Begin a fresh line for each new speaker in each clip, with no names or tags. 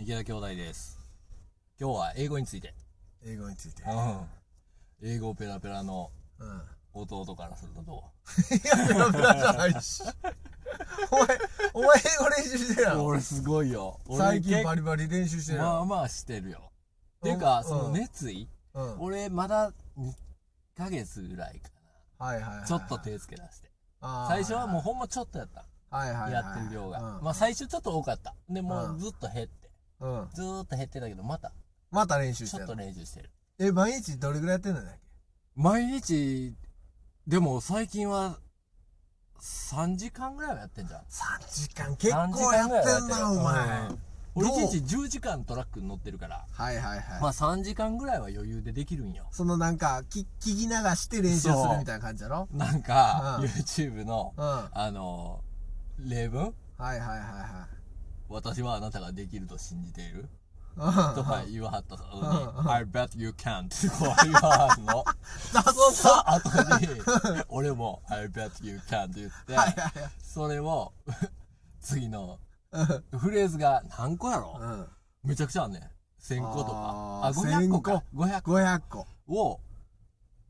池田兄弟です。今日は英語について。
英語について。
英語ペラペラの
うん。
弟からするとど
いや、ペラペラじゃないし。お前、お前英語練習してるや
う
ろ。
俺すごいよ。
最近バ
リ
リバリ練習してるや
ま
ろ。
あまあしてるよ。っていうか、
うん
その熱意、
うん。はい
俺まだ2ヶ月ぐらいか
はいはいは
な。
い。
ちょっと手つけ出して。
あー。
最初はもうほんまちょっとやった。
はいはいはいはい。
やってる量が。
うん
まあ最初ちょっと多かった。でも
う
うんずっと減って。
うん。
ずーっと減ってたけど、また
また練習し
ち
て
ょっ
る
と
の。
練習してる。
え、毎日どれぐらいやってんのだっ
毎日、でも最近は3時間ぐらいはやってんじゃん。
け ?3 時間結
3時
構や
間
っ
ぐらいは
てんな、お前。
うん俺
どう
1日10時間トラックに乗ってるから、
はいはい
ま
は
あ
い。
3時間ぐらいは余裕でできるんよ。
そのなんか、き聞き流して練習するみたいな感じやろ
なんか、
うん
YouTube の
う、ん。はい
あの、例文
はいはいは
私はあなたができると信じている
い。
と か言わはったの
うん
に、I bet you can ってこう言わはん の。
だ
その後に、俺も I bet you can って言って、
はいはいはい。
それを、 次の
うん
フレーズが何個やろ
うん。
めちゃくちゃあんねん。1000個とか。あ、
あー
500個か。500
500個。
を、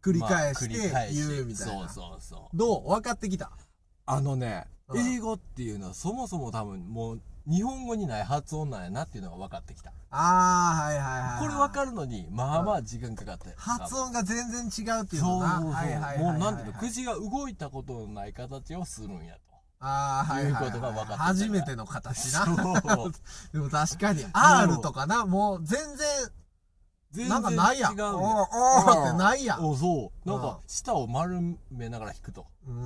繰り返し
まあ
て
繰り返
言うみたいな。
そうそうそう。
どう分かってきた
あのね、
うん
英語っていうのはそもそも多分もう日本語にない発音なんやなっていうのが分かってきた。
ああ、はいはいはいはい。
これ分か
る。
るのに、まあまあ時間かかって。
発音が全然違うって
そう
いう
そ
の
うそ
な。
う。もう
はいはいはいはい。
なんていうの、口が動いたことのない形をするんやと。
ああ、はいはいはい。
いうことが分かってきた
初めての形な。
そう
でも確かに、R とかな、もう全然、
全
なんかないやん。
違う
おー
やん
おーってないやん。
おそう。なんか、舌を丸めながら弾くと
うんう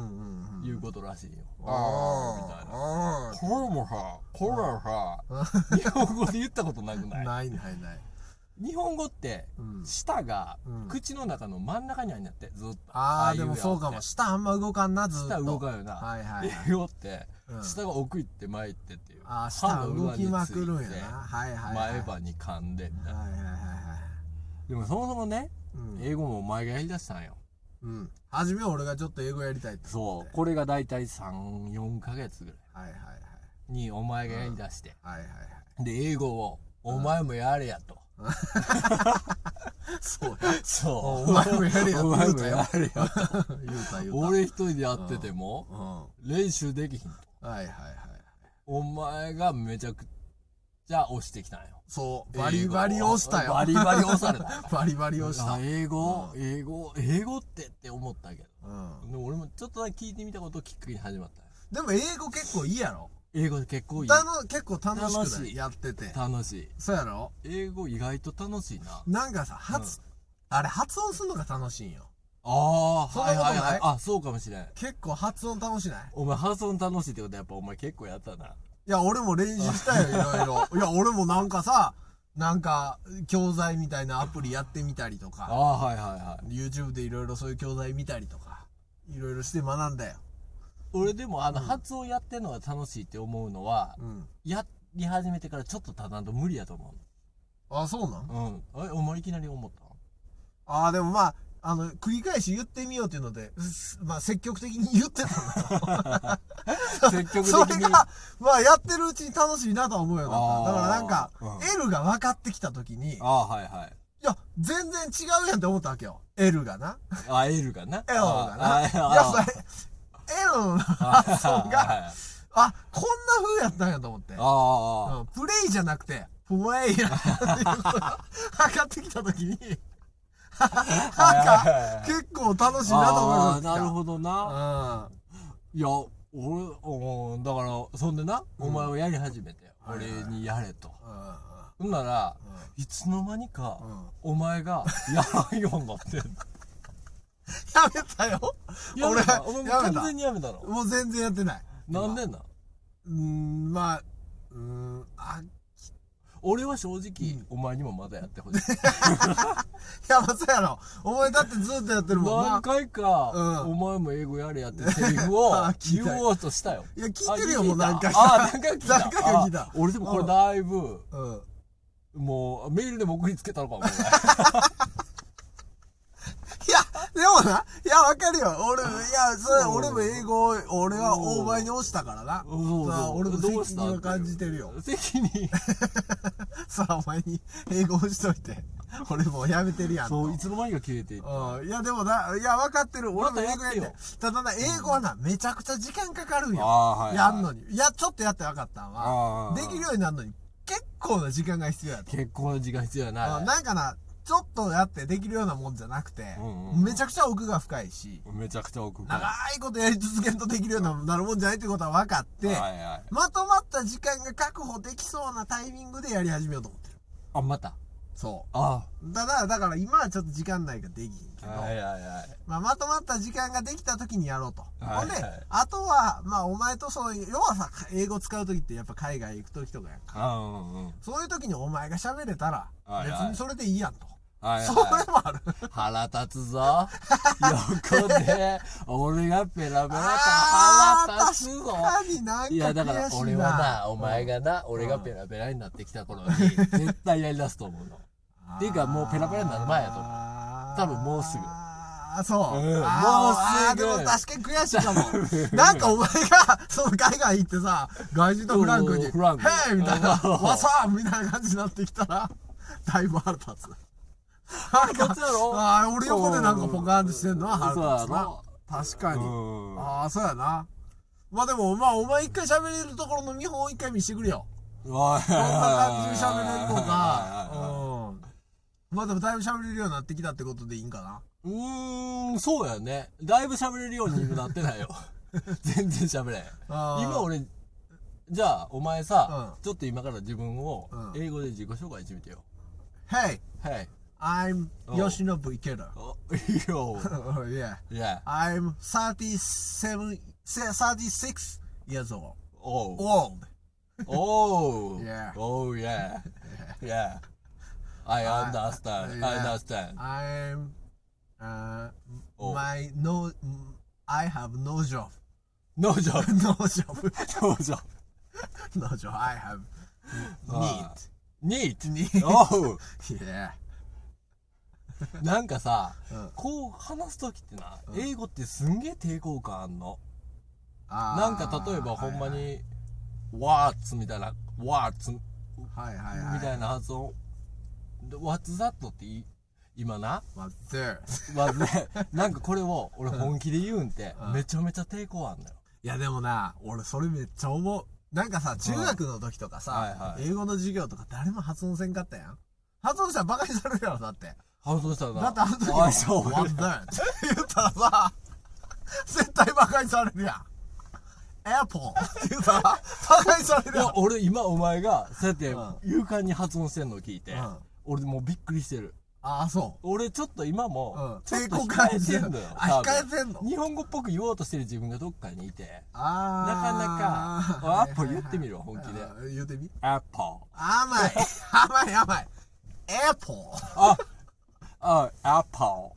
んうん。
いうことらしいよ。
あ
ーみたいな。
あ、
これもさ、これは
うん
さ、日本語で言ったことなく
な
ないい
ないないない。
日本語って、
うん
舌が
うん
口の中の真ん中にあるんやって、ずっと。い
ああ、で
やん
もそうかも。
って
舌あんま動かんな、ずっと。
舌動か
ん。
んよな。
はいはいはい。
英語って、
うん
舌が奥行って前行ってっていう。
ああ、舌
歯の
動
裏に
き
ついて
まくるんやな。はいはいはい。
前歯に噛んで、みたいな。
はいはいはいはい。
でもそもそもね、
うん
英語もお前がやりだしたんよ。
うん。はじめ俺がちょっと英語やりたいって。
そう。これがだいたい3、4ヶ月ぐらい
はいはいはい。
にお前がやりだして。
はいはいはい。
で、英語を、お前もやれやと。
そうや。
そう。
お前もやれや
お前もやれや。
言うた言うた。
俺一人でやってても、
うん。は
練習できひんと。
いはいはい。
お前がめちゃくちゃ押してきたんよ。
そう。バリバリ押したよ。
バリバリ押された。
バリバリ押した。
あ
うん。
英語、
う
英語、英語ってって思ったけど。でも俺もちょっとだけ聞いてみたことをきっかけに始まった。
でも英語結構いいやろ。
英語結構いい。
たの結構楽しく
楽
な
しい
いやってて。
楽しい。
そうやろ
英語意外と楽しいな。
なんかさ、発、あれ発音するのが楽しいんよ。
ああ、
そん
は
ないこと
は
ない
いはい。あ、そうかもしれん。
結構発音楽しない
お前、発音楽しいってことはやっぱお前結構やったな。
いや、俺も練習したよ、いろい ろ。いや、俺もなんかさ、なんか、教材みたいなアプリやってみたりと
あ
か、
あ、はいはいはい。
YouTube でいろいろそういう教材見たりとか、いろいろして学んだよ。
俺でもあの発音やってんのが楽しいって思うのは、
うん。
やり始めてからちょっとただんと無理やと思
あ、そうなん
うのうんえお前いきなり思った
ああ、でもまあ、あの、繰り返し言ってみようっていうので、うっすまあ、積極的に言ってたんだ よ
積極
そ
的
れ
に
が、まあ、やってるうちに楽しいなとは思うようになった。だからなんか、
あー
L が分かってきた時に、い
ああはいはい
や、全然違うやんって思ったわけよ。L がな。
あ L がな
L が
あ
な。い
あ
や、
あ
それ、L の
あ
発音が、
はい
あ、こんな風やったんやと思って。
ああ
うんプレイじゃなくて、プレイやっていうことが測ってきたときに、なんか、
あ
結構楽しいなと思
あ
いまし
ー
た。
なるほど
ど。
な
うん。
いや俺うんだからそんでなお前はやり始めて
はい
俺
はい
にやれと
う
ほんなら
んうん
いつの間にか
うん
お前がやらんようになってんの
やめたよ。
やめた。
俺
俺も
やめた
完全にやめたの。
もう全然やってない。
なんでな。
うーん、まあ、うーん、あ、
俺は正
う
直
ん、
お前にもまだやってほしい。
いや、まあそうやろ。お前だってずっとやってるもんな
何。回か、
うん
お前も英語やれやってセリフを
あ聞
言
いた
おうとしたよ。
いや、
あ
聞いてるよ、もう何回 か。
あ、何回か聞いた。
何回か聞いた
あ俺でもこれだいぶ、
うん。
もう、メールでも送りつけたの かも。
いや、でもな、いや、わかるよ。俺、いや、それ、俺も英語、俺は大前に押したからな。
そうそう
さあ俺も
どうし
責
た
任は感じてるよ。
責任。
さあお前に英語しといて俺もうやめてるやんと
そう、いつの間にか消えていって。
うんいやでもないや分かってる俺も英語やっ
また
て
やって
ただな英語はなめちゃくちゃ時間かかるんよ
ああ、はい。
やんのにいやちょっとやって分かったんは
ああ。
できるようになるのに結構な時間が必要やと
結構な時間必要や
あ
な。
なんかなちょっとやってできるようなもんじゃなくて、
うんうん
めちゃくちゃ奥が深いし
めちゃくちゃ奥深い。
長いことやり続けるとできるようななるもんじゃないってことは分かって、
はいはい。
まとまった時間が確保できそうなタイミングでやり始めようと思ってる
あ、また。
そ
あ
うただだから今はちょっと時間内ができひんけ
あ。
ど、
はいはいはい。
まあ、まとまった時間ができた時にやろうと。
はい
ほんで
はい、
あとは、まあ、お前とその、要はさ、英語使う時ってやっぱ海外行く時とかやんか。
あうんうんうん。
そういう時にお前が喋れたら、
はいはい
別にそれでいいやんと。
はい
それ
はい。
も ある。
腹立つぞ。横 で、俺がペラペラと
あ
腹立つ
ー
ぞ。
確かになんか悔し
い
いな。
や、だから俺はな、お前がな、俺がペラペラになってきた頃に、絶対やり出すと思 うの。
ん。
っていうかもうペラペラになる前やと思う多分もうすぐ
あーそう。
うん
あー
もうすぐ
あーでも確かに悔しいかも。 なんかお前が、その海外行ってさ、外人とフランク
う
に、ヘ
んフランク
イみたいな、
うん
わさーみたいな感じになってきたら、だいぶ腹立つ。
腹立つやろ
ああ、俺横でなんかポカーンとしてんのは
そう
腹
や
立つな
ろ。
確か
う
に。
ん。あ
ああ、そうやな。まあでも、まあお前一回喋れるところの見本を一回見してくれよ。
そんな
こんな感じで喋れるのか。うん。まあでもだいぶ喋れるようになってきたってことでいいんかな。
うーん、そうやね。だいぶ喋れるようになってない よ。全然喋れん。
あー
今俺、じゃあ、お前さ、
う
ちょっと今から自分を
うん
英語で自己紹介してみてよ。
Hey,
はい。
I'm
お
Yoshinobu Ikeda.
お、いいよ。
yeah.
いや、
I'm 37, se- 36 years old.
おう。
Old.
おう。
Yeah.
おう、いや。いや。I
I-
understand. I
yeah.
understand.
I'm, uh,
Oh.
my, no, mm, I have no job.
No job.
no job.
No job.
no job. I have
Ah.
need.
Neat.
Need.
おう。
Yeah.
なんかさ、
うん
こう話すときってな、英語ってすんげえ抵抗感あんの。
あー
なんか例えばほんまに、ワーツみたいな、ワーツみ
はいはいはい。
た
い
いな発音。What's that? ってい今な、
But there.
まずね、 なんかこれを俺本気で言うんって
うん、
めちゃめちゃ抵抗あんのよ。
いやでもな、俺それめっちゃ思う。なんかさ、中学の時とか
はい
さ、
はい
英語の授業とか誰も発音せんかったやん。発音したらバカにされるやろ、だって。
反応したらな。
だってあの時
あ、そう。
What the? って言ったらさ、絶対バカにされるやん。Apple って言ったら、バカにされる
い
や
や
ん。
俺今お前が、そうやって
うん
勇敢に発音してんのを聞いて
うん、
俺もうびっくりしてる。
ああ、そう。
俺ちょっと今も、
うん
ちょっと控えてんのよ。多
あ
分
控えてんの
日本語っぽく言おうとしてる自分がどっかにいて、なか
あ
な
ー
か、アッ
は
プ
いはいはい
言ってみろ、本気で。
あー言ってみ。
アップ。
甘い。甘い甘い。Apple。
あ、あ、アップ。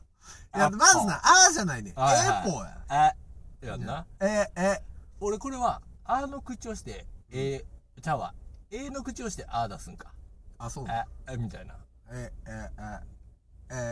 いや、まずな、あーじゃないね。
はい
え
はい
ーぽーや。
あ、やんな。
え、え、
俺これは、あの口をして、え、ちゃうわ。えの口をして、あ出すんか。
あ、そうだ。
あ、えみたいな。
え、え、え、え、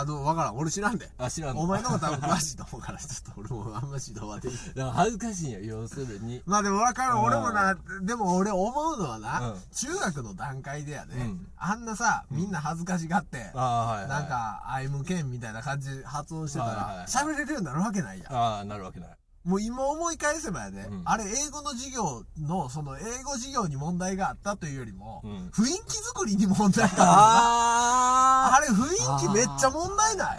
あ
あの、わからん。俺知らんで。
あ。あ、知らんの
お 前の方が多分詳しいと思うから、ちょっと俺もあんま指導はできない。
だから恥ずかしいんよ、要するに。
まあでもわかる。
うん
俺もな、でも俺思うのはな
うん、
中学の段階でやで
うん、
あんなさ、みんな恥ずかしがって、
あはいはい。
なん、か、アイムケンみたいな感じで発音してた
はいはい
ら、喋れるようになるわけないやん。
ああ、なるわけない。
もう今思い返せばやで、
うん
あれ英語の授業の、その英語授業に問題があったというよりも、
うん
雰囲気作りに問題がある
あ
あれ雰囲気めっちゃ問題ない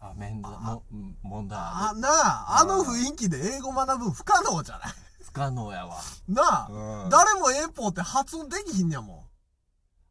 あ、面倒、も、問題あ
あなあ、あの雰囲気で英語学ぶん不可能じゃない
る。不可能やわ。
なあ、
うん
誰も英語って発音できひんやも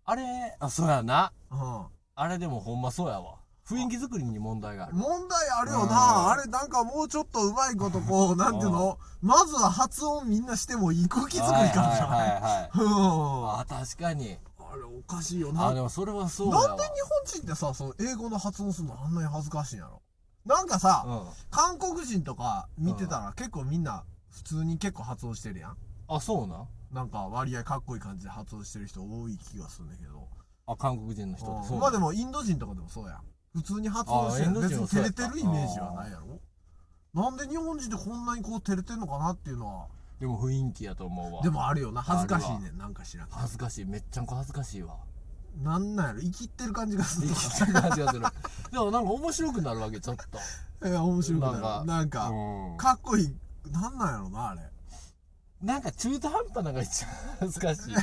あれ、あ、そうやな。
ん。
あれでもほんまそうやわ。雰囲気作りに問題があ
う
る
ん。。問題あるよ
うん
な。あれなんかもうちょっとうまいことこう、なんていうのまずは発音みんなしてもいい空気作りからじ
はい
ゃない
はいはいはい。
うん。
あ、
あ
確かに。
れおかしいよな
あ、。でもそれはそうや
なん
わ
で。日本人ってさ、その英語の発音するのあんなに恥ずかしいんやろなんかさ、
う
韓国人とか見てたら結構みんな普通に結構発音してるやん。
ん。あ、そうなん
なんか割合かっこいい感じで発音してる人多い気がするんだけど。
あ、韓国人の人ってそう
ま
な
あ
ん
でもインド人とかでもそうやん。普通に発音して
あイン
る。
ド
別
人はそ
に
う
照
や
れ
った
てるイメージはないやろなんで日本人ってこんなにこう照れてんのかなっていうのは
でも雰囲気やと思うわ
でもあるよな恥ずかしいねんなんか知らん
恥ずかしいめっちゃんこ恥ずかしいわ
なんなんやろ生きってる感じがす
生
る
きてる感じがするでもなんか面白くなるわけちょっと
え面白くな
なん
る
か
なんか
うん
かっこいいなんなんやろなあれ
なんか中途半端なのが一番恥ずかしいち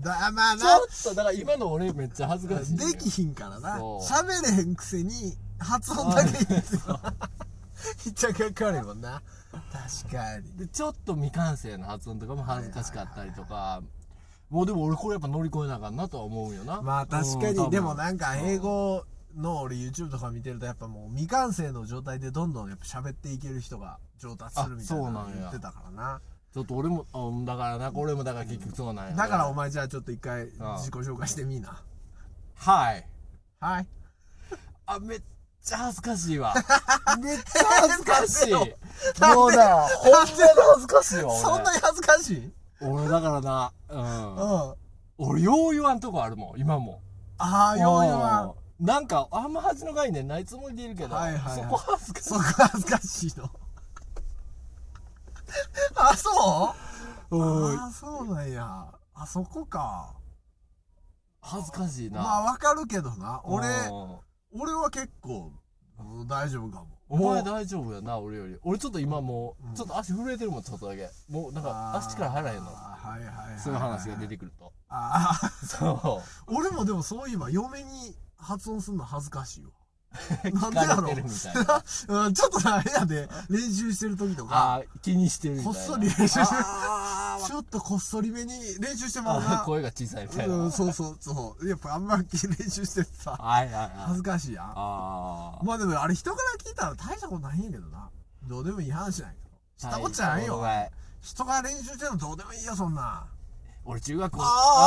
だまあな
ょっとだから今の俺めっちゃ恥ずかしいね、
できひんからな
そう
喋れへんくせに発音だけ言って たひっちゃかかるもんな確かに
でちょっと未完成の発音とかも恥ずかしかったりとかもうでも俺これやっぱ乗り越えなあかんなとは思うよな
まあ確か
うん多
に
分
でもなんか英語の俺 YouTube とか見てるとやっぱもう未完成の状態でどんどんやっぱ喋っていける人が上達するみたいな
あそう
の
なんや
言ってたからな
ちょっと俺もうんだからな俺もだから結局そうなんやな
だからお前じゃあちょっと一回自己紹介してみいな
はい
はい
あめっちゃ恥ずかし いわめっちゃ恥ずかしい
なんで
もうなほんまに恥ずかしいわ
そんなに恥ずかしいうん
俺俺だからなうん
あ
俺よう言わんとこあるもん今も
あーようよは
うんなんかあんま恥の概念ないつもりでいるけど、
はいはいはい
そこ恥ずかしい
そこ恥ずかしいのあそう
うん
ああそうなんやあそこか
恥ずかしいな、
まあわかるけどな俺
うん
俺は結構うん大丈夫かも
お前
もう
大丈夫やな俺より俺ちょっと今もう、
うん
ちょっと足震えてるもんちょっとだけもうなんか
あー
足から入らへんの
はいはいはいはい
そういう話が出てくると
ああ
そ
俺もでもそういえば嫁に発音するの恥ずかしいわ
う 聞
なんでや
か
ろ
れてるみたいな
うん ちょっとな部屋で練習してる時とか
あー気にしてるみたい
こ
な
っそり練習してる
あ
ちょっとこっそりめに練習してもらう
ー
な
声が小さいみたいな、
うん、
はい
そうそうそうやっぱあんまり練習しててさ
はいはい
恥ずかしいやん
あ
まあでもあれ人から聞いたら大したことないんやけどな。どうでもいい話なんやけど。したことじゃないよ。
はい
人が練習してるのどうでもいいよ、そんな。
俺中学校
あー